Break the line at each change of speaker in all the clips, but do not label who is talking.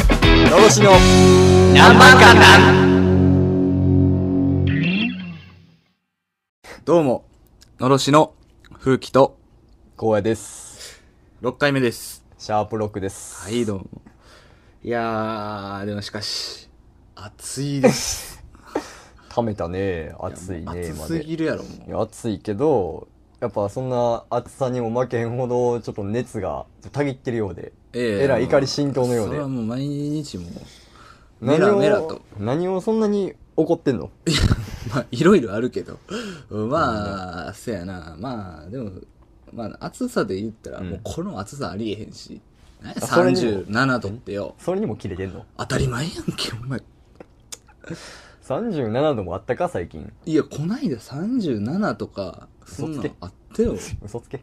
越しの何万かな
どうも、のろしの風紀と
光栄です。
6回目です。
シャープロックです。
はい、どうも。いやー、でもしかし、暑いです。
溜めたね。暑いね。
暑
ますで。
ぎるやろ、も
いや暑いけど、やっぱそんな暑さにも負けへんほど、ちょっと熱がたぎってるようで。
ええ
えらい怒り心頭のよう
そ
で
れは。もう毎日もう、メ
何
ラ
を
メラと。
何をそんなに怒ってんの
まあ、いろいろあるけど。うんまあ、せやな。まあ、でも、まあ、暑さで言ったら、
うん
もうこの暑さありえへんし。何や、
あそれにも
37度ってよ。
それにも切れてんの
当たり前やんけ、お前。
?37 度もあったか最近。
いや、こないだ37とか、そんな
嘘
の
つけ
あったよ。
嘘つけ。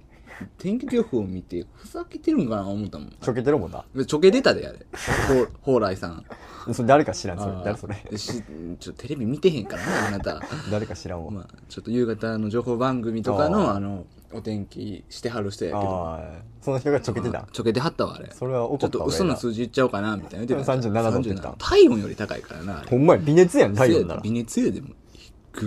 天気予報を見て、ふざけてるんかな思ったもん。
ちょけてるもんな。
でちょけ出たで、あれ。ほう蓬莱さん。
それ誰か知らん、 それ
あ。ー
誰それ。
しちょ、テレビ見てへんからな、あなた。
誰か知らんわ。
まあ、ちょっと夕方の情報番組とかの、
あー
あの、お天気してはる人やけど。
ああ、その人がちょけてた
あ。ちょけてはったわ、あれ。
それは怒
ちょ
っ
ったと
わ。
嘘の数字言っちゃおうかな、みたいな 言ってた。
37度って言った
37体温より高いからな、あ
ほ
れ。
んまや、微熱やん、太陽なら
微。熱やでも。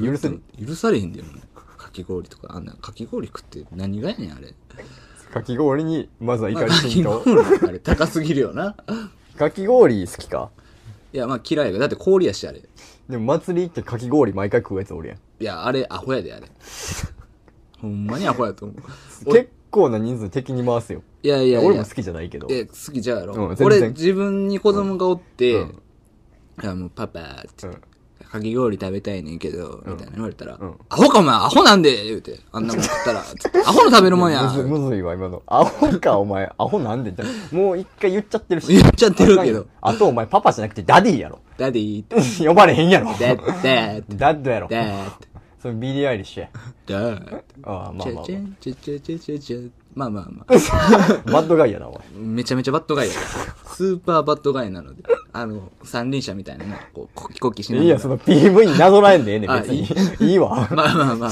許せる
許されへんでもう。かき氷とか、あんな、かき氷食って何がやねん、あれ。
かき氷に、まずは怒り心
まあ
頭
か。き 氷あれ、高すぎるよな。
かき氷好きか
いや、まあ嫌いやけど、だって氷やし、あれ。
でも祭り行ってかき氷毎回食うやつおるやん。
いや、あれ、アホやで、あれ。ほんまにアホやと思う。俺
結構な人数敵に回すよ。
いやいやいや。
俺も好きじゃないけど。
え、好きじゃうやろ。
うん全然
俺、自分に子供がおって、
うん
いや、もうパパ、って言
う
っ
ん
てかき氷食べたいねんけど、みたいな言われたら、
うん
アホかお前、アホなんで言うて、あんなもん食ったら、つってアホの食べるもんや
むずむずいわ、今の。アホか、お前。アホなんでって。もう一回言っちゃってるし。
言っちゃってるけど。
あと、お前、パパじゃなくてダディやろ。
ダディ、
呼ばれへんやろ。
ダッ、ダッ、
ダッドやろ。
ダッ、
それビリー・アイリッシュや。
ダッ、
ああ、ま
チャ
あまあまあ
チ。ャン、チャチャチャチャチャ、まあまあまあ。
バッドガイやな、お前。
めちゃめちゃバッドガイや。スーパーバッドガイなので、あの、三輪車みたいなね、こう、コキコキしなが
い
ら。
いや、その PV になぞらえんでええねん、別に。いいわ。
まあまあまあ。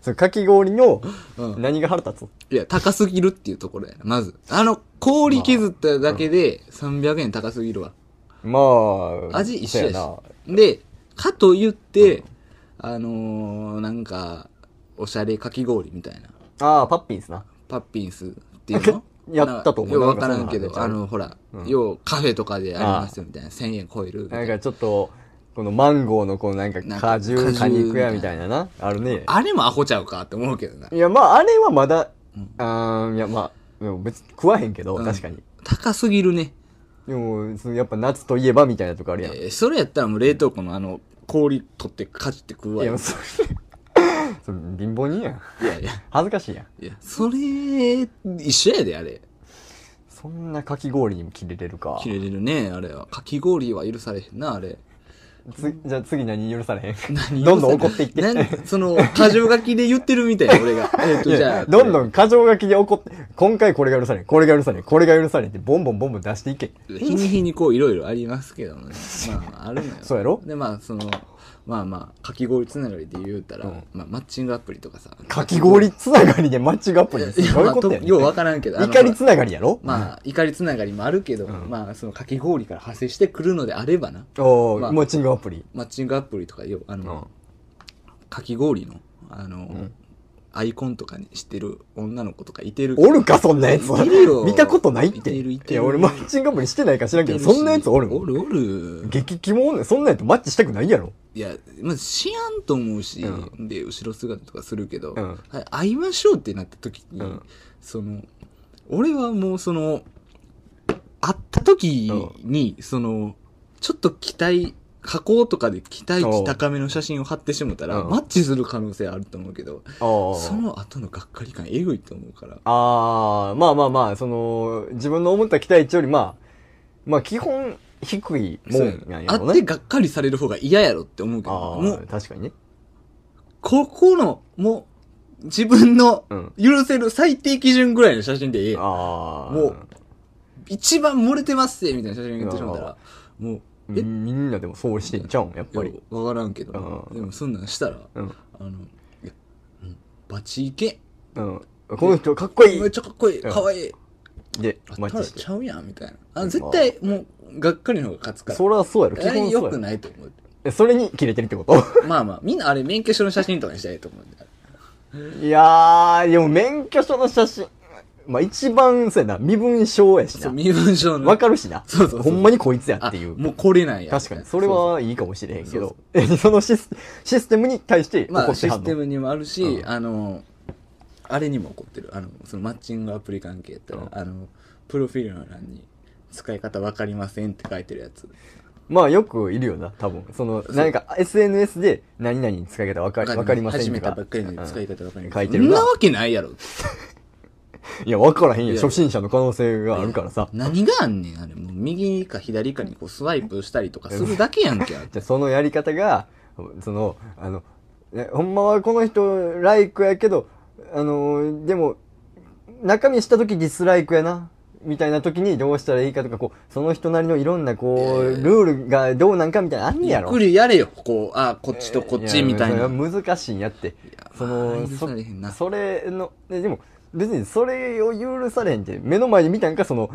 そのかき氷の
う、ん
何が腹立つ
いや、高すぎるっていうところやな、まず。あの、氷削っただけで300円高すぎるわ。
まあ、
味一
そ
緒
う
やし。で、かと言って、あのー、なんか、おしゃれかき氷みたいな。
ああ、パッピンスな。
パッピンスっていうの
やったと思う
よくわからんけ
なん
ど、
かそん
あ
なんあ
の、ほら、ようカフェとかでありますよみたいな。1000円超えるみた
ないん
な。
かちょっと、このマンゴーのこのなんか
なんか
果汁、
果
果
汁
肉やみたいなな。あるね。
あれもアホちゃうかって思うけどな。
いや、まあ、あれはまだ、あーいや、まあ、でも別に食わへんけど、
うん
確かに。
高すぎるね。
でも、そのやっぱ夏といえばみたいなとこあるやん。い
えーそれやったらもう冷凍庫のあの、氷取ってかじって食うわ
や、
よ。
それ、それ貧乏人やん。
いやいや。
恥ずかしいやん。
いや、それ、一緒やで、あれ。
そんなかき氷にも切れれるか。
切れれるね、あれは。かき氷は許されへんな、あれ。
つじゃあ次何許されへん
何
どんどん怒っていって
何その、過剰書きで言ってるみたいな、 俺が。えっ
い
と、
や
じゃあ。
どんど
ん。
ん過剰書きで怒って、今回これが許されん、これが許されん、これが許されんってボンボンボンボン出していけ。
日に日にこう、いろいろありますけどもね。まあ、あるのよ。
そうやろ
で、まあ、その、まあまあ、かき氷つながりで言うたら、
うん
まあ、マッチングアプリとかさ。
かき氷つながりでマッチングアプリです
いや
どういう
まあ
こととやねん
ようわからんけど。あの
怒りつながりやろ
まあ、怒りつながりもあるけど、まあ、その、かき氷から派生してくるのであればな。
おー
まあ
マッチングアプリ。
マッチングアプリとか、よう、あ
う
の、
ん。
かき氷の、あの、アイコンとかにしてる女の子とかいてる
おるか、そんなやつ。
いてるよ
見たことないって。
いてるいてる
や、俺マッチングアプリしてないか知らん
いて
けど、
るし
そんなやつおる
お
の
るおる。
激キモおんねんそんなやつマッチしたくないやろ。
いや、まず知らんと思うし、
う
で、後ろ姿とかするけど、
うん
はい会いましょうってなった時に、
うん
その、俺はもうその、会った時に、その、ちょっと期待、加工とかで期待値高めの写真を貼ってしもたら、
うん
マッチする可能性あると思うけど、
あ
その後のがっかり感えぐいと思うから。
あー、まあまあまあ、その、自分の思った期待値より、まあ、まあ基本低いも
そうん
なんや
あ
ろ
っ
ね
て。がっかりされる方が嫌やろって思うけど、
あ
も
あ、
う、
確かにね。
ここの、もう、自分の
うん
許せる最低基準ぐらいの写真でいい。
ああ。
もう一番漏れてますぜみたいな写真言ってしまったら、もう、
み
え、
みんなでもそうしてんちゃうん、やっぱり。
わからんけど
あ、あ
でもそんなんしたら、
うん。
あの、いやうんバチいけ。
うん。この人かっこいい
めっちゃかっこいい。
うん
かわいい。
で、
あ
マ
た
ッ
だ
チし
ち
て。
ゃうやんみたいなあ絶対もうがっかりの方が勝つから
それはそうやろ。基
あれ
本そ
良
う
く
やろ
ないと思う
え。それに切れてるってこと
まあまあみんなあれ免許証の写真とかにしたいと思うんだよ
いやー、でも免許証の写真、まあ一番そうやな、身分証やし
そう
な。
身分証の
わかるしな。
そうそうそう
ほんまにこいつやってい
あ
う。
もうこれなんや
確かに。それはいいかもしれへんけど。え、そのシスシステムに対して
まあ、
怒って
シ
はん
ス
の、
テムにもあるし、
うん
あの、あれにも怒ってる。あの、そのマッチングアプリ関係やったら、
うん
あの、プロフィールの欄に、使い方わかりませんって書いてるやつ。
まあよくいるよな、多分。その、
う
なんか SNS で何々に使い方わかりわかりませんと
始めた
か
ばっかりの使い
うん
方わかりません。
書いてる
そん
な
なわけないやろ。
いや、わからへん
い
よ。
や
初心者の可能性があるからさ。
何があんねん、あれ。もう右か左かにこうスワイプしたりとかするだけやんけ。あれ
じゃあそのやり方が、その、あの、ねほんまはこの人、ライクやけど、あの、でも、中身した時ディスライクやな。みたいな時にどうしたらいいかとか、こう、その人なりのいろんな、こ
い
う、
やいやいや
ルールがどうなんかみたいなのあんね
ゆ
や
っ
ろ。
くりやれよ。こう、あ、こっちとこっちみたい
や
な。
それは難しいんやってその
許
そ
されへんな
それのででも別にそれを許されへんって目の前に見たんかその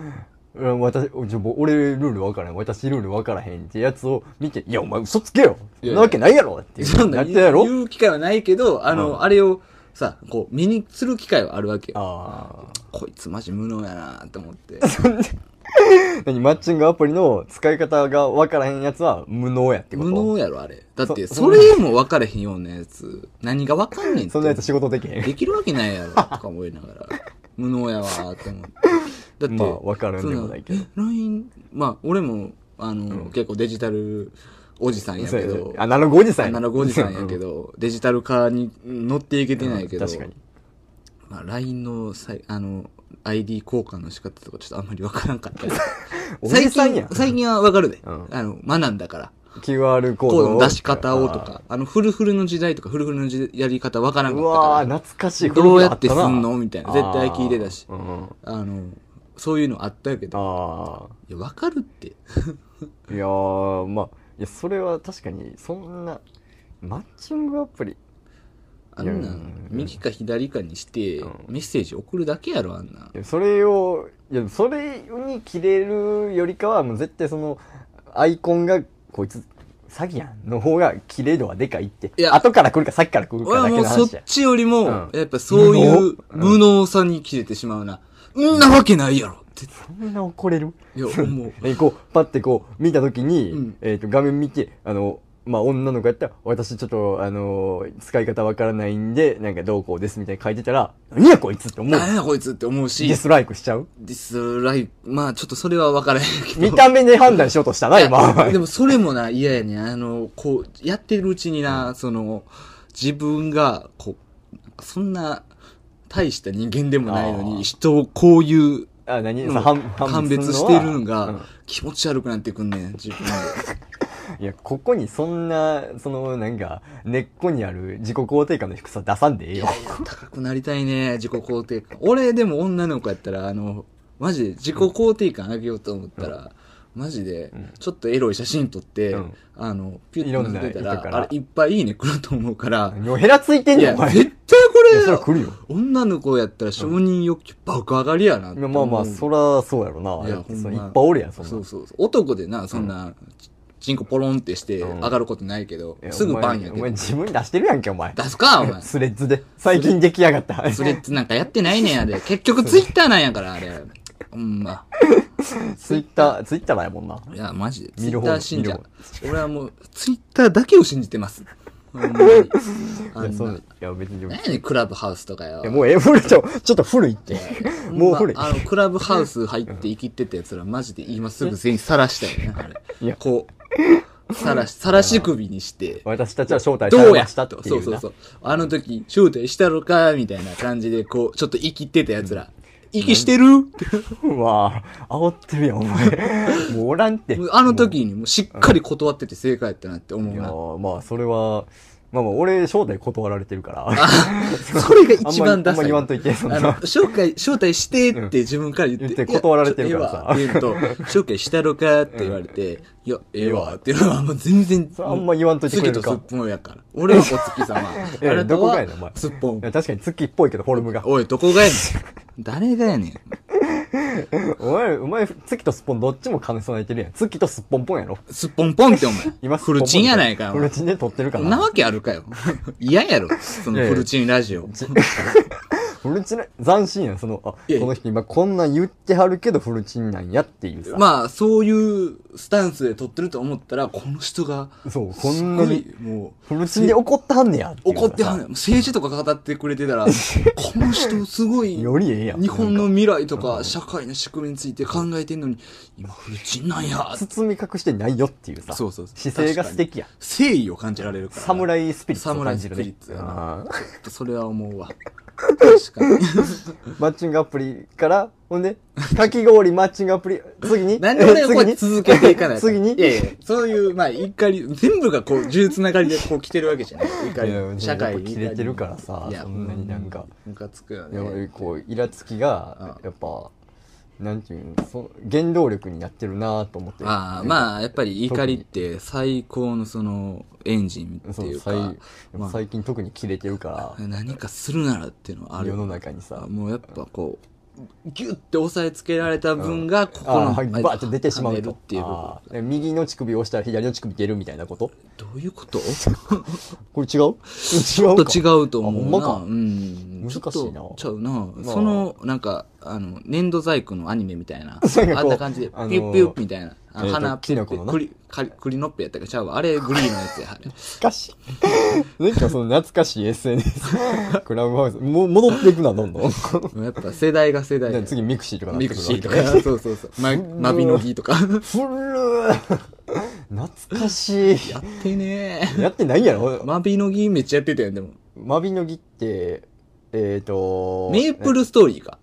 うん私おちょぼ俺ルールわからへん私ルールわからへんってやつを見て「いやお前嘘つけよ
いやい
そ
や
んなわけないやろ!」って
そんな
なってたやろ
言う機会はないけど、あの、
うん
あれをさ、こう、身にする機会はあるわけよ。
あ
こいつマジ無能やなと思って。
あ何マッチングアプリの使い方がわからへんやつは無能やってこと
無能やろ、あれ。だって、
そ
それも分かれへんようなやつ、何が分かんねんって
そんなやつ仕事できへん
できるわけないや ろ、とか思いながら。無能やわーって思って。だって、
まあわからんでもないけど
そんえ LINE、まあ、俺も、あの、結構デジタルおじさんや
そう
け
や
ど
ね、アナログおじさんや
7おじさんやけ
ど
ど、デジタル化に乗っていけてないけど、
確かに
まあ、LINE のさいあの ID 交換の仕方とかちょっとあんまりわからんかったり
おじ
最
さんや
近
ん
最近はわかるで、
うん
あの学んだから
QR コー
コード
ド
の出し方をと
あー
かあのフルフルの時代とかフルフルの時やり方わからんか
う
った
わー
か
懐かしい
らどうやってすんのみたいな絶対聞いてたし
あー,うん、
あのそういうのあったけど
あ
いやわかるって
ーいやーまあいやそれは確かにそんなマッチングアプリ
あんな
うんん
右か左かにして
うん
メッセージ送るだけやろあんない
やそれをいやそれに切れるよりかはもう絶対そのアイコンがこいつ詐欺やんの方が切れ度はでかいって
いや
後から来るか先から来る
俺
か
は
だけ
も
の
うそっ
話や
ちよりも
うん
やっぱそういう無
無能
能さに切れてしまうなうんなわけないやろって
そんな怒れる
いや、 思う。
えこうパッてこう見た時に、
うん
えー、と画面見てあのまあ女の子やったら私ちょっとあのー使い方わからないんでなんかどうこうですみたいに書いてたら何やこいつって思う
何やこいつって思うし、
ディ
ディ
スライクしちゃう
スライク、まあちょっとそれは分からへんけど。
見た目で判断しようとしたな今
いやでもそれもな、嫌やねんあの、こう、やってるうちにな、その、自分が、こう、そんな、大した人間でもないの
あー
に、人をこういう、
あ何
の
さ判
判別してるの
う
が
ん、
気持ち悪くなってくんねん、自分で。
いやここにそんなそのなんか根っこにある自己肯定感の低さ出さんでええよ
高くなりたいね、自己肯定感。俺でも女の子やったら、あの、マジで自己肯定感上げようと思ったら、マジで、ちょっとエロい写真撮って、
うん
あの、ピュッ
い
と
ろ
見
んな
てたら、
人から
あれいっぱいいいね来ると思うから、
もうヘラついてん
い
じゃ
や、
んお前
絶対こ
いやそら
れ、
来るよ
女の子やったら承認欲求爆上がりやなって
いや
思う。
まあまあそらそうやろないい
や
や
ほんま
いっぱいおるやんそんな
そうそうそう。男でな、そんな、チンコポロンってして
うん
上がることないけど、
いや
すぐ
お前
バンや
お
け
前
ど。
自分に出してるやんけお前
出すか、お 前。
スレッズで。最近出来上がった。
スレッズなんかやってないねん、あれ。結局ツイッターなんやから、あれ。ほんま。
ツイッター、ツイッターだやもんな。
いや、マジで。ツイ
見
ッ
る
タ
方
ー信者
見る。
俺はもう、ツイッターだけを信じてます。ほんまに。あ
いや、
ん
そ
な
う、いや別に。い
何やねん、クラブハウスとかよ。
や、もうえ、古い、ちょ、ちょっと古いって。 もう古い。
まあ、あの、クラブハウス入って生きてたやつら、マジで今すぐ全員晒したよね、あ
い
れ。
や
こう、晒し、晒し首にして、
私たちは招待さ
ど
れ
うや
ま
っ
したって
と。
い
そう
う
そう
な。
そう。あの時、招待したのかみたいな感じで、こう、ちょっと生きてたやつら。息してるって
うわぁ、煽ってるやん、お前。 もうおらんって。い
もうあの時にもうしっかり断ってて正解やったなって思う
や
な。
まあ、それは、まあまあ、俺、招待断られてる から。
それが一番ダサい。
あんまりあんまり言わんといて、そん
あの
な。
紹介、招待してって自分から言って。
うん言って断られてるからさ
いやちょっとええわって言うと、紹介したろかって言われて、いや、ええわっていうのはもう全然。
それあんま言わんといてくれるか
月とすっぽんやから。俺はお月 様。
いや
あなた
どこ
は
がやねんお前
すっぽん
い。や確かに月っぽいけど、フォルムが。
おい、どこがやねん。誰がやねん。
お前、お前、月とスッポンどっちも兼ね備えてるやん。月とスッポンポンやろ。
すっぽんぽんってお前。
今
フルチンやないかよ。お
フル
前
チンで撮ってるか
そんな
ら。
わけあるかよ。 嫌やろ。そのフルチンラジオ。
フルチン、斬新やん。その、あ、こ
いやいや
の人今こんなん言ってはるけどフルチンなんやっていうさ。
まあ、そういうスタンスで撮ってると思ったら、この人が、
そう、こ
す
んな
ご
に
い、も
フルチンで怒ってはんねや
う、怒ってはん
ね
ねん政治とか語ってくれて たら、この人すごい、
よりええやん。
日本の
なんか
未来とか社会の仕組みについて考えてんのに、今フルチンなんや。
包み隠してないよっていうさ。
そうそうそう
姿勢が素敵や。
誠意を感じられるから。
侍スピリッツを感じる
侍スピ
ね。
リッツや
あ
ち
ー
ょっとそれは思うわ。確か に。
マッチングアプリから、ほんで、かき氷マッチングアプリ、次に、
なんで俺がこう続けていかないと
次に
いやいや、そういう、まあ、怒り、全部がこう、銃つながりでこう来てるわけじゃない。怒
いや
り、社会
やっ
に
ぱ切れてるからさ
いや
そんなになんか。
ムカつくよ
いや
ね。
こう、イラつきが、やっぱ、なんていうの、そ原動力になってるなぁと思って。
ああ、
あ、
まあ、やっぱり怒りって最高のその、エンジンって
そ、
いうう
最
か、まあ
最近特に切れてるか
何かするならっていうのはあ
ら、
る
世。の中にさ、
もうやっぱこう、ギュッて押さえつけられた分が、ここ
あ
の、
ーはいバーって出てしま
はめ
う
る
と。
っていう部分。
あー右の乳首を押したら左の乳首出るみたいなこと
どういうこと
これ違う違
ちょ
う
っ
か
と違うと思うな。
あほんまか
うん。
難しいな
ちょっとちゃうな。
あ
その、なんか、あの、粘土細工のアニメみたいな。
そうやな
あん
こう
な感じで、ピ
あの
ュ
ー
ッピュッみたいな。あ
えー
の
と
花、
キノコのな
ピュッて栗か栗のっぺやったかちゃうわ。あれ、グリーンのやつや。あれ
懐かしい。なんかその懐かしい SNS。クラブハウス。もう戻っていくな、どんどん。
もうやっぱ世代が世代
で
で。
次ミクシーとかなって
ミ
く
ク
るわ
シ
け
ーとか。そうそうそう。ま、マビノギとか。
ふるー懐かしい。
やってねー。
やってないやろ
マビノギめっちゃやってたよ、でも。
マビノギって、えっ、ー、と、
メープルストーリーか。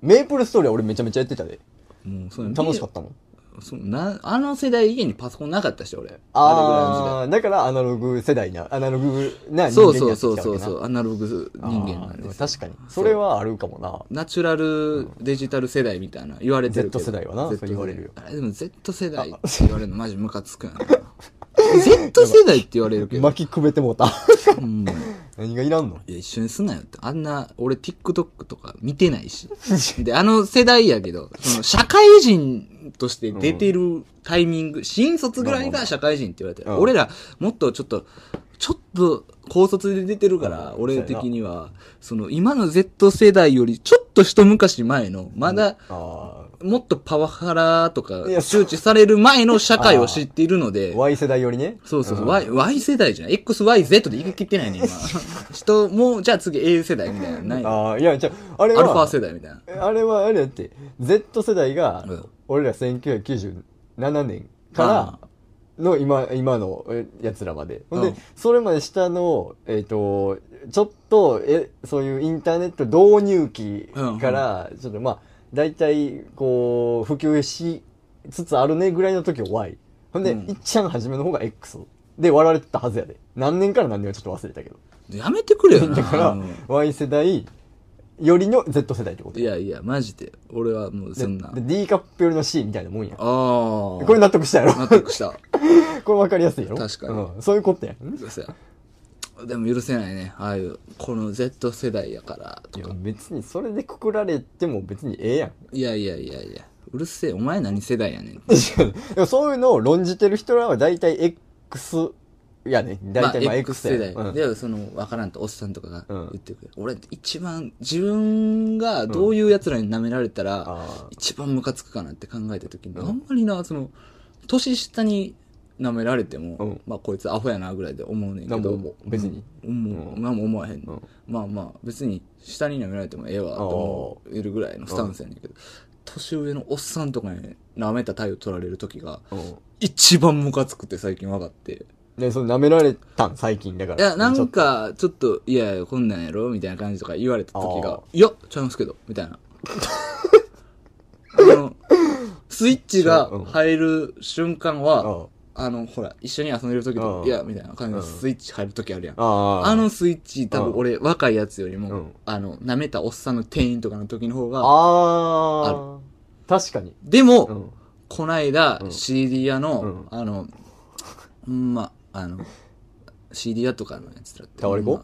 メイプルストーリーは俺めちゃめちゃやってたで。
もう、その
楽しかったもん。
そうな、あの世代家にパソコンなかったし、俺。
ああー、だからアナログ世代な、アナログな
れぐらいの時代そうそう
人間になって
そう
きた
そう
わけな。
そう、アナログ人間なんです。
あー確かに。それはあるかもな。
ナチュラルデジタル世代みたいな言われてるけど。
Z 世代はな
Z
そう言われるよ
あれでも Z 世代って言われるのマジムカつく よな。Z 世代って言われるけど。
巻きくべてもうた。
うん、いや
何がいらんの
一緒にすんなよって。あんな、俺 TikTok とか見てないし。で、あの世代やけど、その社会人として出てるタイミング、新卒ぐらいが社会人って言われてる。
うん
俺ら、もっとちょっと、ちょっと高卒で出てるから、
うん
俺的には、その今の Z 世代よりちょっと一昔前の、まだ、
あ
もっとパワハラとか
いや、そう
周知される前の社会を知っているので
あ、、Y 世代よりね。
そうそうそう、y、Y 世代じゃない ?XYZ で言い切ってない ね、今。人も、じゃあ次 A 世代みたいなのない。アル
ああ、いや、じゃあ、あれ
フ
は、
ァ世代みたいな。
あれはあれだって、Z 世代が
うん、
俺ら1997年
あ
からの今、今のえやつらまで。ほんで、
うん
それまで下の、えっ、と、ちょっと、え、そういうインターネット導入期から、ちょっとまあ、大体、こう、普及しつつあるねぐらいの時は Y。ほんで、
うん
いっちゃん初めの方が X。で、割られてたはずやで。何年から何年はちょっと忘れたけど。
やめてくれよな。
だから
あの、
Y 世代よりの Z 世代ってこと
いやいや、マジで。俺はもうそんな。あ
でで D カップよりの C みたいなもんや。
あー。
これ納得したやろ
納得した。
これ分かりやすいやろ
確かに
うんそういうことやん。い
そうですよでも許せないね。ああいう、この Z 世代やからと
や
か。
別にそれでくくられても別にええやん。
いやいやいやいや。うるせえ、お前何世代やねん。
でもそういうのを論じてる人らは大体 X やね。大体ま
ま
あ
あ
X
世
やね
代。
うん。
で、その、わからんと、おっさんとかが言ってくる。俺、一番、自分がどういう奴らに舐められたら、
あ
一番ムカつくかなって考えた時に、
うん
あんまりな、その、年下に舐められても、
うん
まあこいつアホやなぐらいで思うねんけ
なんも
ど
思う、別に
うん。思う、
うん
なんも思わへん、
うん
まあまあ、別に下に舐められてもええわと思えるぐらいのスタンスやねんけど、年上のおっさんとかに舐めた態度取られる時が、
うん
一番ムカつくって最近分かって。
で、その舐められたん、最近だか
い
ら。
や、なん
ちょっ
か、ちょっと、いやいや、こんなんやろみたいな感じとか言われた時
あ
が
ー、
いや、ちゃうんすけど、みたいな。あの、スイッチ が入る瞬間は、
と。
あの、ほら、一緒に遊んでる時と
う
か、
ん
いや、みたいな感じで
うん
スイッチ入る時あるやん。
ああ。
あの、スイッチ、多
う
分
ん
俺、若いやつより
う
も
ん、
あの、舐めたおっさんの店員とかの時の方が、
ああ。確かに。
で
う
も、
ん。
こないだ
う、ん
CD 屋
う
の
ん、
あの、うんま、あの、 CD 屋とかのやつだって。
タワレコ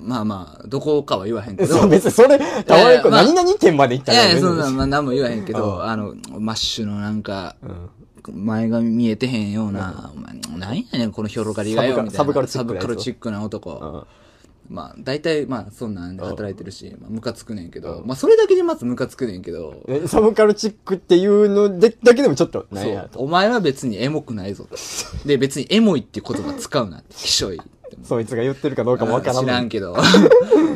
まあまあ、どこかは言わへんけど。
そう、別にそれ、タワレコ、
いやいやまあ
何々県まで行っ
い
た
やいや、
別に
そんな、まあ、何も言わへんけ
う
ど、あの、マッシュのなんか、
うん
前が見えてへんような、お前、なんやねん、このヒョロカリがよ、みたいな。
サブカルサブカルチックなやつ
サブカルチックな男。
うん
まあ、大体、まあ、そんなんで働いてるし、まあ、ムカつくねんけど、まあ、それだけでまずムカつくねんけど、
えサブカルチックっていうので、だけでもちょっと、なんや
そう
と。
お前は別にエモくないぞ と。で、別にエモいっていう言葉使うなって、ひしょいって思う。
そいつが言ってるかどうかもわからん
知
も
ら
ん。
んけ ど。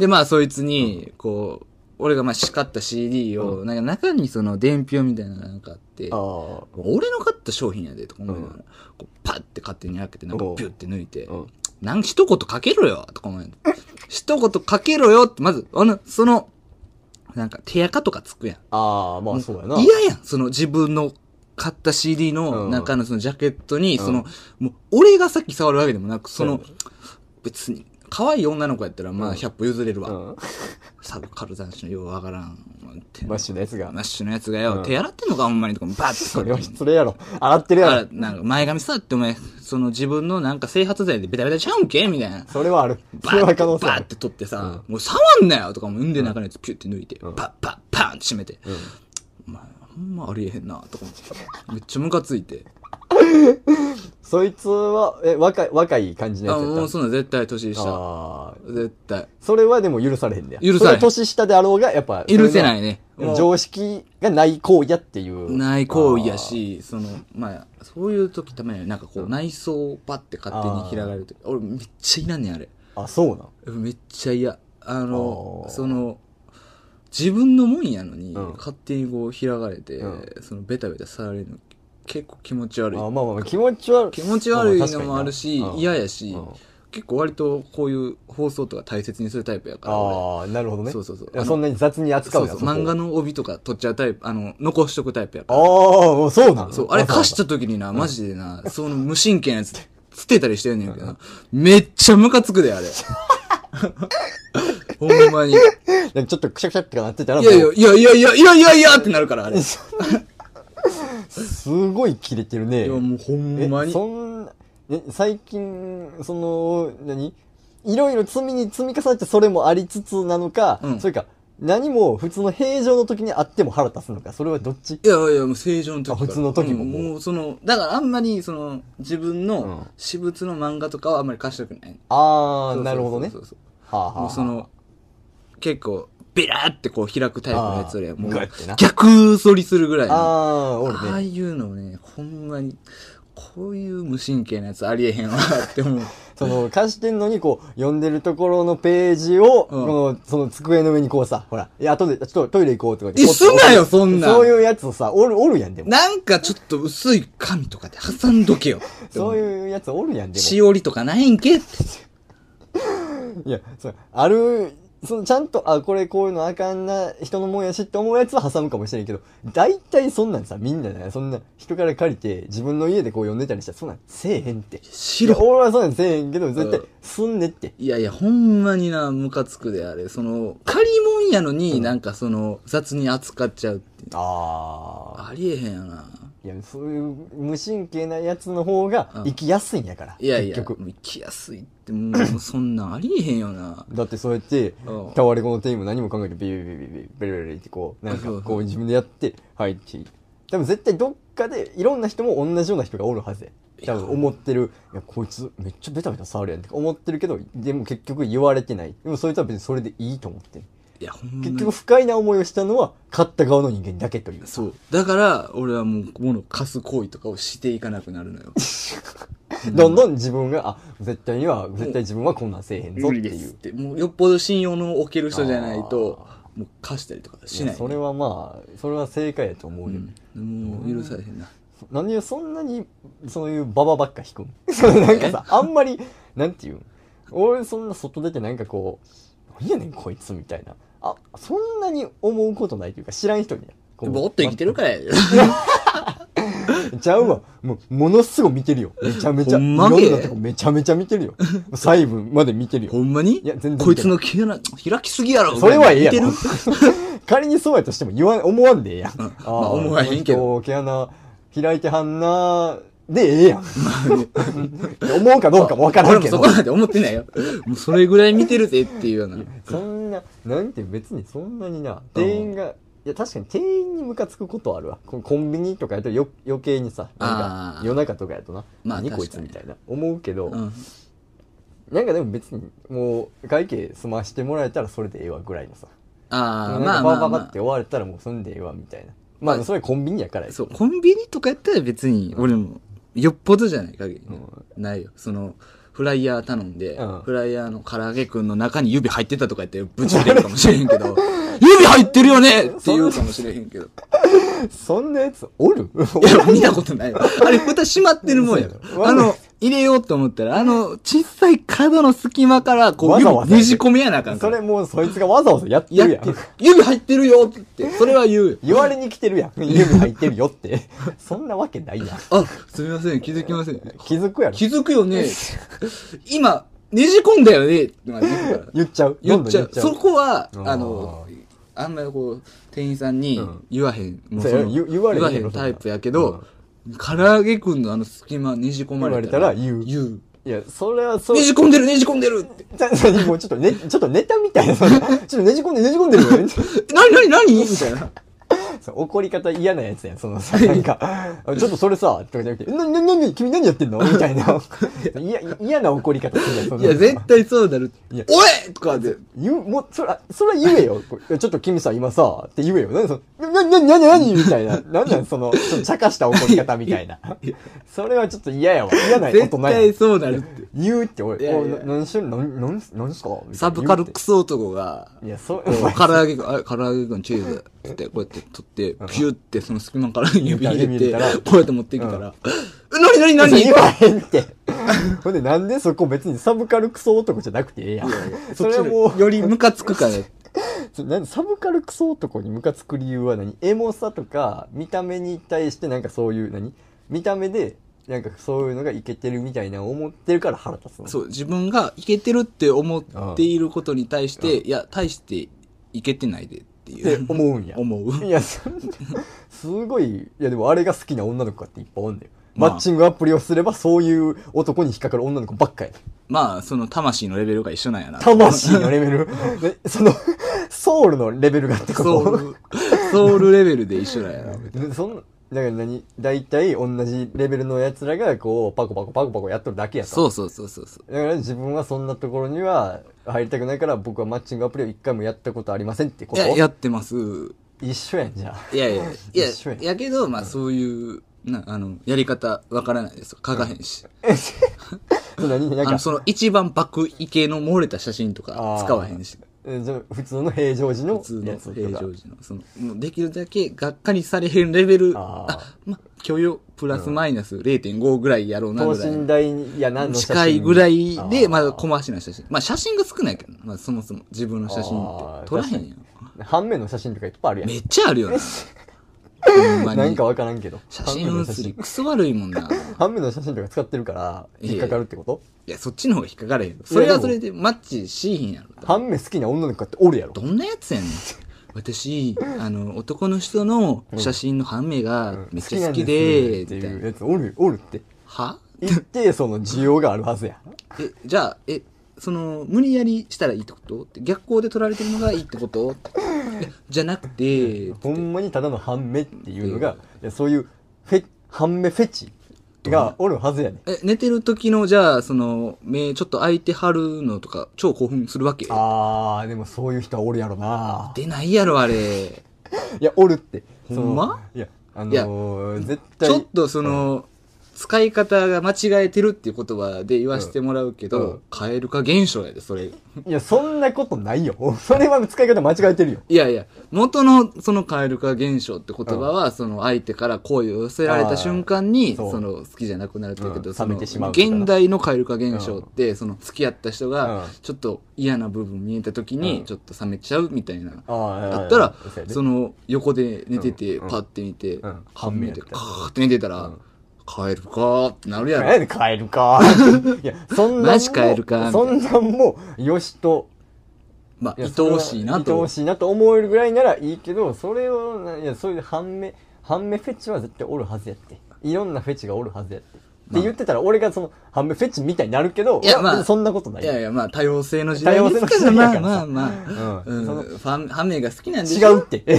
で、まあ、そいつに、こう、俺がまあ、叱った CD を、なんか中にその、伝票みたいなのがあって、
あ
俺の買った商品やで、とか思いながら、
う
こうパッて勝手に開けて、なんか
おう
ピュって抜いて、
うん
なんか一言かけろよとか思うやん。一言かけろよって、まず、あの、その、なんか手垢とかつくやん。
ああ、まあそうやな。
嫌やん、その自分の買った CD の
うん
中のそのジャケットに、
うん
その、もう俺がさっき触るわけでもなく、その
そ、
別に、可愛い女の子やったら、まあ、100歩譲れるわ。
うん。
サブカル男子のようわからん。
マッシュのやつが
マッシュのやつがよ、
うん
手洗ってんのか、ほんまにとか、バッて。
それは失礼やろ。洗ってるや
あ
ろ。
なんか前髪さってお前、その自分のなんか整髪剤でベタベタちゃうんけみたいな。
それはある。
バ
それ
ー
は
って
可能性
バ
あ
ーっ
る。
て取ってさ、もう触んなよとかもう産んで中のやつピュって抜いて、パッパッパーンって閉めて、お前、ほんまありえへんなとか思って、めっちゃムカついて、
そいつは、え、若い、若い感じ
あ、
のやつや
もう
った。
そんなん絶対年下。
ああ。
絶対。
それはでも許されへんねや。
許されへん
そは年下であろうが、やっぱ。
許せないね。
それは。
も
常識がない行為やっていう。
うない行為やし、その、まあ、そういう時たまになんかこう、内装をパッて勝手に開かれる時、俺めっちゃいらんねん、あれ。
あー。あ、そうなん。
めっちゃ嫌あの
あー
その自分のもんやのに、
うん
勝手にこう開かれて、
う
そのベタベタ触れるの結構気持ち悪い
あまあまあ、気持ち悪い。
気持ち悪いのもあるし
まあまあ確かにな
嫌やし、
うん
結構割とこういう放送とか大切にするタイプやから俺
ああ、なるほどね。
そうそうそう
いやそんなに雑に扱
そうう
な
そう漫画の帯とか取っちゃうタイプあの残しとくタイプやから
ああ、そうなの
そうあれ貸した時になマジでな、その無神経なやつ捨てたりしてんねんけどなめっちゃムカつくであ れほんまに
でもちょっとくしゃくしゃってなってたら、
いやい
もう
やいやいやいやいやいやいやってなるから、あれ。い
すごい切れてるね。
や、もうほ
え
んまに。
そんな、え、最近、その、何いろいろ積みに積み重ねてそれもありつつなのか、
うん
それか、何も普通の平常の時にあっても腹立つのか、それはどっち
いやいや、もう正常の時から。
あ普通の時も
うん
もう
もうその、だからあんまり、その、自分
う
の
ん
私物の漫画とかはあんまり貸したくない。
あ
そうそうそうそ
あ、
う
なるほどね。
そうそう
はあ、はあはあ、
もうその、結構、ベラーってこう開くタイプのやつよりは、
あー
もう
グッてな、
逆反りするぐらいの。あ
ああ、俺
あ
ね。
いうのね、ほんまに、こういう無神経なやつありえへんわって思う。
その、貸してんのに、こう、読んでるところのページを、
うん
この、その机の上にこうさ、ほら、いや、後で、ちょっとトイレ行こうとか言
え、すなよ、そ
そ
んなん。
そういうやつをさ、おる、おるやん、でも。
なんかちょっと薄い紙とかで挟んどけよ。
そういうやつおるやん、でも。
しおりとかないんけって。
いや、そう、ある、そのちゃんと、あ、これこういうのあかんな、人のもんやしって思うやつは挟むかもしれんけど、大体そんなんさ、みんなね、そんな人から借りて、自分の家でこう呼んでたりしたら、そんなんせえへんって。
し
いや
ろ。
俺はそんなんせえへんけど、絶対
うん、
すんねって。
いやいや、ほんまにな、ムカつくであれ。その、借りもんやのに、なんかその、雑に扱っちゃうっていう。
あ
ありえへんよな。
あ。いや、そういう無神経なやつの方が
うん、
生きやすいんやから。
いやいや、
結
もう
局。
行きやすいって、も う、そんなんありえへんよな。
だってそうやって
うん、
タワレコの店員も何も考えて、ビリビリビリビリビリビリってこう、なんか
そうそ
こ
う
う自分でやって、はいって。多分絶対どっかで、いろんな人も同じような人がおるはずや。多分思ってる、いや、こいつめっちゃベタベタ触るやんって思ってるけど、でも結局言われてない。でもそいつは別にそれでいいと思ってる。
いや、ほんま
結
に。
局不快な思いをしたのは、勝った側の人間だけという。
そう。だから、俺はもう、物を貸す行為とかをしていかなくなるのよ。
どんどん自分が、あ、絶対には、絶対自分はこんなんせえへんぞっ
無理
てい
ですっ
う。
て。もう、よっぽど信用の置ける人じゃないと、もう貸したりとかし
い
な
や
い。
それはまあ、それは正解やと思うよ。
うん、もう許されへんな。
なんでそんなに、そういうババばっか引くんそ のなんかさ、あんまり、なんていうん俺そんな外出てなんかこう、何やねんこいつみたいな。あ、そんなに思うことないというか、知らん人に。こう
ぼーっと生きてるからやで。
ちゃうわ。もう、ものすごい見てるよ。めちゃめちゃ。
ほんまけ
いろんなとこめちゃめちゃ見て るよ。細部まで見てる よ。
ほんまに
いや全然
こいつの毛穴開きすぎやろ。
それはいいや
見て
ろ
る。
仮にそうやとしても言わん、思わんでええやん。あー
まあ思わへんけど
この人毛穴開いてはんなでええやん。思う かどうかもわから
俺
ん
も
け
そ
ど
こ。なんて思ってないよ。もうそれぐらい見てるでっていうような。
そんな、なんて別にそんなにな、店員が、いや確かに店員にムカつくことはあるわ。こコンビニとかやとよ余計にさ、なん
あ
か
ー
夜中とかやとな、
まあ
何こい
確か
つ
に
みたいな思うけど、
うん。
なんかでも別にもう会計済ましてもらえたらそれでええわぐらいのさ。
ああ、
なん
ま
か
あ
バ
ま
ー
あ、
バ
ま
ーバ
あ
って。終われたらもうそんでええわみたいな。まあそれコンビニやからや
そう、コンビニとかやったら別に、俺も、よっぽどじゃない限りね、ないよ。その、フライヤー頼んで、
うん
フライヤーの唐揚げくんの中に指入ってたとか言ってぶち切れるかもしれへんけど、 指入ってるよねって言うかもしれへんけど。
そんなやつおる
いや、見たことないわ。あれ、蓋閉まってるもんやろ
そうやろ
あの、入れようと思ったら、あの、小さい角の隙間から、こう、
わざ
指
わざ
ねじ込みやなあかんか
そ
ら。
れもうそいつがわざわざやってるや
やって
ん
る。指入ってるよって、それは言うよ。
言われに来てるやん。 指入ってるよって。そんなわけないやん。
あ、すみません、気づきません。
気づくやろ。
気づくよね。今、ねじ込んだよ ね。まあ言うから
言っちゃう。
言っちゃう。そ
そ
こは、
あー
あの、あんまりこう、店員さんに
うん
言わへん。も
そう
そ
や
の
言言われへんやろ
へんタイプやけど、唐揚げくんのあの隙間ねじ込まれたら、
言われたら言う
言う。
いや、それはそう。
ねじ込んでるねじ込んでるって。
ちょもうちょっとね、ちょっとネタみたい な。それちょっとねじ込んで、ねじ込んでるよね。
なになになにみたいな。
そう怒り方嫌なやつやん、そのさ、なんか、あちょっとそれさ、とかじゃなくて、な、な、な、な、君何やってんのみ たいな。いや、嫌な怒り方するやん、そん
い
な
や、絶対そうなる
いや。
おいとかで。
言う、もう、そら、そら言えよ。こうちょっと君さ、今さ、って言えよ。何その、な、な、な、な、な、みたいな。なんなんその、ちょっと茶化した怒り方みたいな。それはちょっと嫌やわ。嫌な大
絶
人
対
やん。
そうなるって。
言うって俺、
いやいや
おいな何してんの何、何何すかみたいな
サブカルクソ男が、
いや、そう、お前
唐揚げくん、あ唐揚げくんチーズって、こうやって取って、ピューってその隙間から指入れ
指入
て、
れたら
こうやって持ってきたら、えなになにな
何
に
言わへんって。ほんで、なんでそこ別にサブカルクソ男じゃなくてええやん。それはも
よりムカつくから。
う、なんでサブカルクソ男にムカつく理由は何エモさとか、見た目に対してなんかそういう、何見た目で、なんかそういうのがいけてるみたいな思ってるから腹立つの。
そう、自分がいけてるって思っていることに対して、いや、大していけてないでってい
って
う。
思うん や。
思う。
いや、 そんな、すごい、いやでもあれが好きな女の子っていっぱいおんだよ。
まあ
マッチングアプリをすればそういう男に引っかかる女の子ばっかや。
まあ、その魂のレベルが一緒なんやな。
魂のレ ベルでその、ソウルのレベルがってこ
ソウ
と
ル、ソウルレベルで一緒なんやな。
でそんだから何大体同じレベルの奴らがこうパコパコパコパコやっとるだけやと
そうそうそうそうそう。
だから自分はそんなところには入りたくないから僕はマッチングアプリを一回もやったことありませんってこ
い
と
や、やってます。
一緒やんじゃあ
いやいや、いや
一緒や、ん
やけど、まあそういう、な、あの、やり方わからないですよ。書かへんし。
そう何なん
あの、
か
その一番爆イケの漏れた写真とか
あー
使わへんし。
えじゃあ普通の平常時の
普通の
やつ
平
とか
常時の、その、もうできるだけがっかりされへんレベル、
あ
あ
ー
まあ、許容プラスマイナス0.5ぐらいやろうな
等
ぐらい。
身大やなの写真
近いぐらいで、まだ小
こ
回しな写真。まあ写真が少ないけどな、まあそもそも自分の写真っ
あー
て撮らへんやん。
半面の写真とかいっぱいあるやん
めっちゃあるよ な。ほんまに
なんかわからんけど
写真写りクソ悪いもんな。
半面の写真とか使ってるから引っかかるってこと
いや、そっちの方が引っかかれへん。それはそれでマッチしいひんやろ。
半面好きな女の子っておるやろ
どんなやつやねん。私、あの、男の人の写真の判明がめっちゃ好きで、
って
みたい
いう
な。
やつおるおるって
は
一定その需要があるはずや
え、じゃあ、え、その、無理やりしたらいいってことって逆光で撮られてるのがいいってことってえじゃなくて、
ほんまにただの半目っていうのがいやそういうフェ半目フェチがおるはずやね
え、寝てる時の、じゃあ、その、目ちょっと開いてはるのとか、超興奮するわけ
あーでもそういう人はおるやろな
出ないやろ、あれ。
いやおるって
ほんま
そのいやあのー絶対
ちょっとその、使い方が間違えてるっていう言葉で言わせてもらうけ
うんう
ど
ん、
カエル化現象やで、それ。
いやそんなことないよ それは使い方間違えてるよ
いやいや、元のそのカエル化現象って言葉は、その相手から声を寄せられた瞬間に、
あーそう
その好きじゃなくなるって言うけど、
うん
そ
冷
の
めてしまうとかな
現代のカエル化現象って、その付き合った人
う
が
ん、
ちょっと嫌な部分見えた時
う
に、
ん
ちょっと冷めちゃうみたいな。
あー
だったら
そうや、で
その横で寝てて、
うん
パッて見て
うん、
半目で
半目やった
カーって寝てたら、カエルかーってなるやろ。
え帰るか。いや、そんなんも。
マジ帰るか
そんなんも、よしと。
まあ、
いや
愛おしいな
それは愛
と
お。しいなと思えるぐらいならいいけど、それを、いや、そういう半目、半目フェチは絶対おるはずやって。いろんなフェチがおるはずやって。って言ってたら、俺がその、半分フェチみたいになるけど、
いやまあ
でもそんなことない
い
よ。
やいや、まあ、多様性の時代ですから、
多様性の時代やから
ま
さ
あまあまあ、
う
うんん
その
ファン、ハンメイが好きなんで
違
しょ
うって。え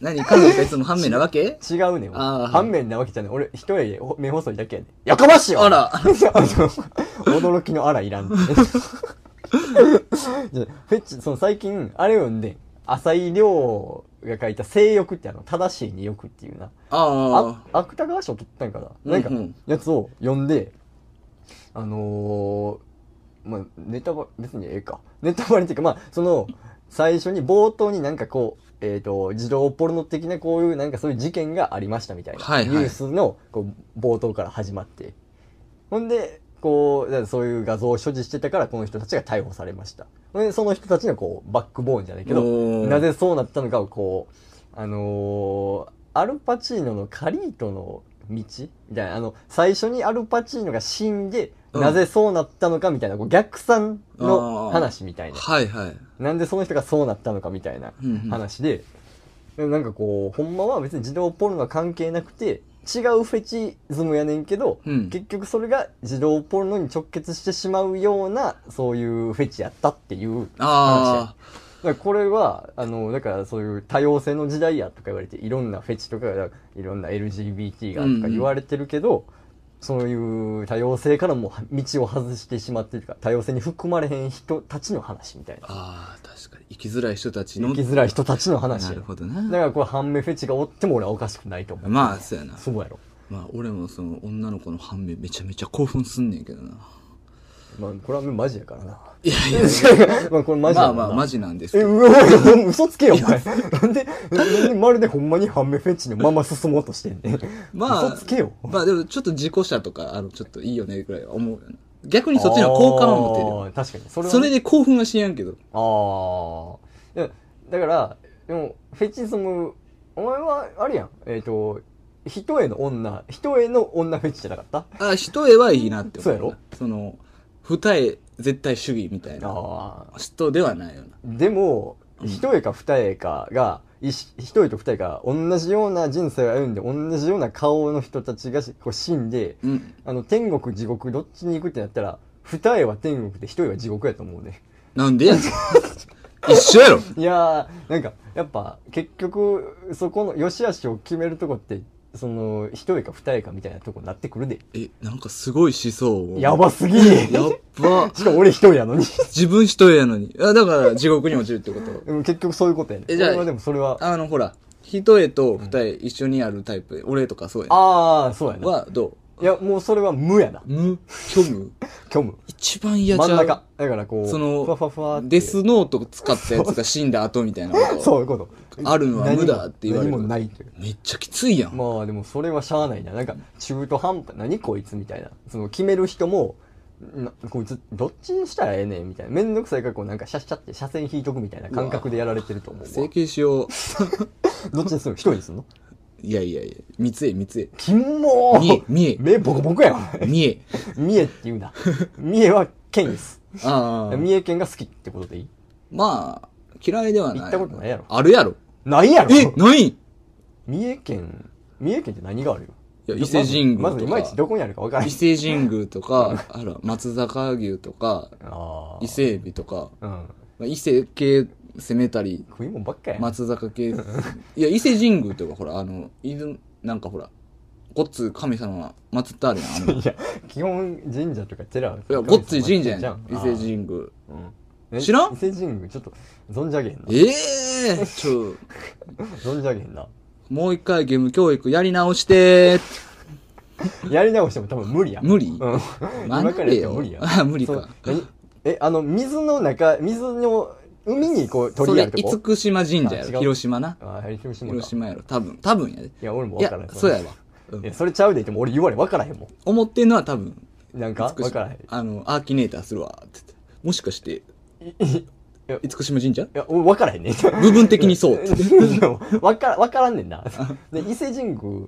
何彼女がいつもハンメイなわ け
違うねん。
あーはい
半面なわけじゃない。俺、一人で目細いだけやねん。やかましいわ
あら
あの 驚きのあらいらんって。 じゃフェチ、その最近、あれを読んでん。浅井亮が書いた性欲ってあの、正しいに欲っていうな。
あ
あ、芥川賞取ったんか
うん
ななんか
うん、
やつを読んで、あのー、まあ、ネタバレ、別にええか。ネタバレっていうか、まあ、その、最初に冒頭になんかこう、えっ、と、児童ポルノ的なこういうなんかそういう事件がありましたみたいな、
はいはい
ニュースのこう冒頭から始まって。ほんで、こう、だからそういう画像を所持してたから、この人たちが逮捕されました。ほんで、その人たちのこう、バックボーンじゃないけど、
おー
なぜそうなったのかをこう、あのーアルパチーノのカリートの道みたいな、あの、最初にアルパチーノが死んで、
うん
なぜそうなったのかみたいな、こう逆算の話みたい
あ、
な。
はいはい。
なんでその人がそうなったのかみたいな
うんうん
話で、なんかこう、ほんまは別に児童ポルノは関係なくて、違うフェチズムやねんけど、
うん
結局それが児童ポルノに直結してしまうような、そういうフェチやったっていう話や
あ
だからこれはあのだからそういう多様性の時代やとか言われていろんなフェチとかがいろんな LGBT がとか言われてるけど、そういう多様性からもう道を外してしまってるとか多様性に含まれへん人たちの話みたい
あ、
な
ああ、確かに。生きづらい人たちの。
生きづらい人たちの話
な
や
る
だ
ほ
か
どな。
らこれ半目フェチがおっても俺はおかしくないと思う
まあ、そうやな。
そうやろ、
まあ、俺もその女の子の反面めちゃめちゃ興奮すんねんけどな。
まあ、これはマジやからな
いやいや、
まあこれマジ
ま
や
あ
からな
まあ、マジなんです
え、
けど。
うわ、嘘つけよ、お前。なんで、なんでまるでほんまに半目フェチのまま進もうとしてんねん。
まあ、
嘘つけよ。
まあでもちょっと事故車とか、あの、ちょっといいよね、ぐらいは思うよな。逆にそっちの方が好感は持てるよ。
あー確かに。それは
それで興奮はしやんけど。
ああ。いやだから、でも、フェチズム、お前は、あれやん。えっ、と、人への女、人への女フェチじゃなかったあ
あ、一重はいいなって思う。
そうやろ
その、二重絶対主義みたいな
あ
人ではないよな。
ー。でも、
うん
一重か二重かが、いし一重と二重が同じような人生を歩んで、同じような顔の人たちがしこう死んで、
うん。
あの、天国、地獄、どっちに行くってなったら、二重は天国で一重は地獄やと思うね。
なんでやね ん一緒やろ
いやー、なんか、やっぱ、結局、そこの、良し悪しを決めるとこって、その、一人か二人かみたいなとこになってくるで。
え、なんかすごい思想を。
やばすぎ
やっ
ー
ば。
しかも俺一人やのに。
自分一重やのに。あ、だから地獄に落ちるってこと。
でも結局そういうことやね。
えじゃあ
俺はでもそれは、
あの、ほら、一重と二重一緒にあるタイプ、俺とかそうやん。
あー、そうやな。
は、ど
いや、もうそれは無やな
う。無虚無
虚無。
一番嫌ちゃう
真ん中。だからこう、
その
ふわふわふわって
デスノート使ったやつが死んだ後みたいなこと
そういうこと。
あるのは無だって言われる
何も何もないという。
めっちゃきついやん、
まあでもそれはしゃあないな。なんか中途半端、何こいつみたいな。その決める人も、なこいつどっちにしたらええねんみたいな。めんどくさいからこうなんかシャッシャって車線引いとくみたいな感覚でやられてると思う
整
わ。
形しよう
どっちにするの一人にするの
いやいやいや三重三重
キモ
三重三
ー目ボコボコやん。
重三重
三重って言うな。三重は県です。
ああ
三重県が好きってことでいい
まあ嫌いではない
行ったことないやろ
あるやろ
ないやろ
えないい
三重県、三重県って何がある
や
よ
伊勢神宮
まずま
と
ずいまいち
か
どこにあるかわからな
伊
い。
勢神宮とかあら松坂牛とか
ああ。
伊。勢海老とか
うん。
まあ伊勢系攻めたり
食い物ばっかやん。
松坂系いや伊勢神宮とかほらあの伊豆なんかほらごっつ神様が祀ってあるやんあの
いや、基本神社とか寺。
いや、ごっつい神社や
じゃ
ん。伊勢神宮。
宮
知らん
伊勢神宮、ちょっと、存じ上げへんな。
ええちょ、
存じ上げへんな。
もう一回ゲーム教育やり直して
やり直しても多分無理やん。
無理
うん。
学 べ
今からやったら
よ
無理。やん。
あ、 無理
そう
か。
何え、あの、水の中、水の、海にこう、
そ
鳥
れ
やる、とこ
厳島神社や
あ違
ろ。
う
広島な。
あ、広島か。
広島やろ。多分、多分やで。
いや、俺も
い
分
や
からへん。、
そうやわ。うん
いや、それちゃうで言っても俺言われ分からへんも
思ってんのは多分、
ん。なんか、分からへん。い
あの、アーキネーターするわ、って言って。もしかして、
や
厳島神社
や、俺分からへんね。
部分的にそう。
いやわから、わからんねん な。で、伊勢神宮、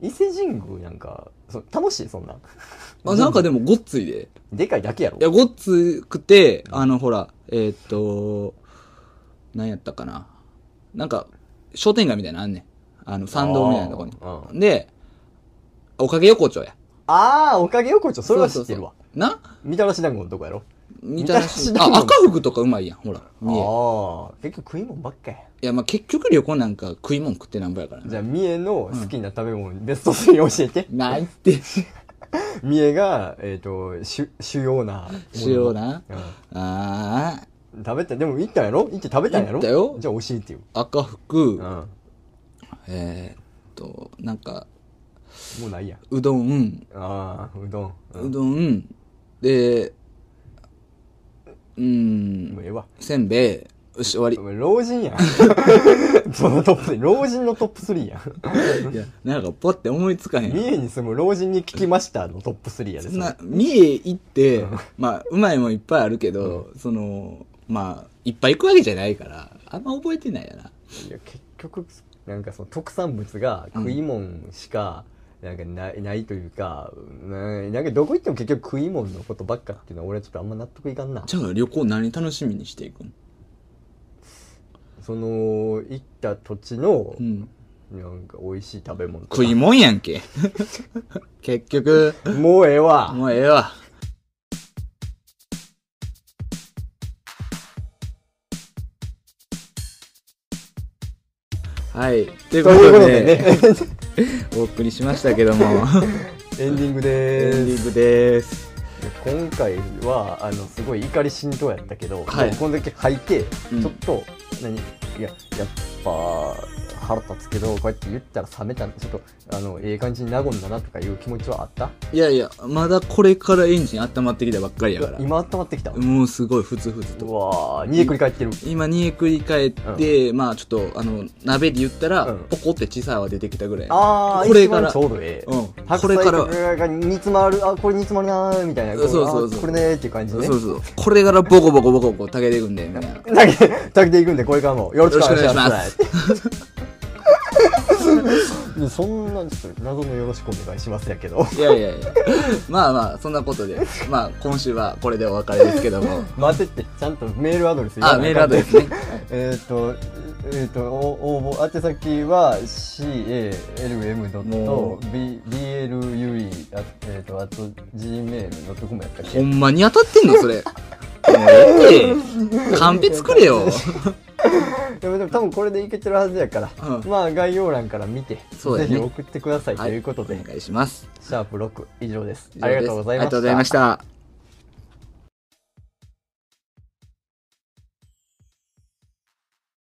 伊勢神宮なんか、そ楽しい、そんな。
あ、なんかでもごっついで。
でかいだけやろ
い。や、ごっつくて、あの、ほら、えーっと、何やったかな。なんか、商店街みたいなのあんねん。あの、参道みたいなとこに
あー。
で、おかげ横丁や。
ああ、おかげ横丁、それは知ってるわ。
そうそうそう。な
みたらし団子のとこやろ。
みたらし
み。たらし団子
あ、赤服とかうまいやん、ほら。三重
ああ、結局食い物ばっかや。
いや、まあ、結局旅行なんか食い物食ってなんぼやからな。
じゃあ、三重の好きな食べ物、ベスト3教えて。
ない って。
三重が、えっ、と、主、主要なもの。
主要な
うん
あ
食べた、でも行ったんやろ行って食べたんや
行
ろ
ったよ
じゃあ教えてよ。
あ、赤服、
うん。も
えーっと、なんか、
うないやん。
うどん、
ああ、うどん。うん
うどん、で、う、
もうんええわ。
せんべい、よし、終わり
お。前老人やん。 そのトップ3、老人のトップ3やん。
いや、なんかポって思いつかへん。
三重に住む老人に聞きましたのトップ3や
そ
で、そ
ん
れ
な、三重行って、まあ、うまいもんいっぱいあるけど、その、まあ、いっぱい行くわけじゃないから、あんま覚えてないやな。
いや結局なんかその特産物が食い物しかなんかない,、ないというかななんかどこ行っても結局食い物のことばっかっていうのは俺はちょっとあんま納得いかんな
じゃあ旅行何楽しみにしていくん
その行った土地の
うん。
なんか美味しい食べ物とか
食いもんやんけ。 結局、
もうええわ
もうええわ。はい。という
と
こ
いうことと
で、
でね
お送りしましたけども、
エンディング
エン
で
デ
ー
ィン
す
グです。
今回はあのすごい怒り浸透やったけど、
はい
でもこんだけ吐いて
うん
ちょっと、何いややっぱ腹立つけどこうやって言ったら冷めたちょっとあのええ感じに和んだなとかいう気持ちはあった
いやいや、まだこれからエンジン温まってきたばっかりやから。
今温まってきた、う
もうすごいふつふつと。
わー2で繰り返ってる
今、煮え繰り返って、まあちょっと、あの、鍋で言ったら、
うん
ポコって小さい泡出てきたぐらい。
ああ
これから
ちょうどええ、
うん。こ
白
れ
菜
から、
が煮詰まるあこれ煮詰まるなーみたいな
そうそうそう
こあーこれねーっていう感じ
そう
ね
そう。これからボコボコボコボコ炊けていくんで、みたいな。
だけだけでいくんでこれからもよろしくお願いします
よ
そんなちょっと謎のよろしくお願いしますやけど
いやいやいや。まあまあ、そんなことで、まあ今週はこれでお別れですけど も。
待ってってちゃんとメールアドレス言わ
あ、
な
メ
あ
ール
か
ア
ん
ド
で
レスね。
えっ、と、えっ、と、お応募、宛先は calm.blue、あえっ、と、あと gmail.com やったっ
ほ
け
んまに当たってんのそれ。もうえ えってカンペ作れよ。
でも、でも多分これでいけてるはずやから、
うん
まあ概要欄から見て、
そうだ
ぜ
ね
ひ送ってくださいということで、
お願いします。
シャープ6以上です。
以上
あ
です
りがとうござい
ありが
ま
とう
し
ござい
た
まし。た。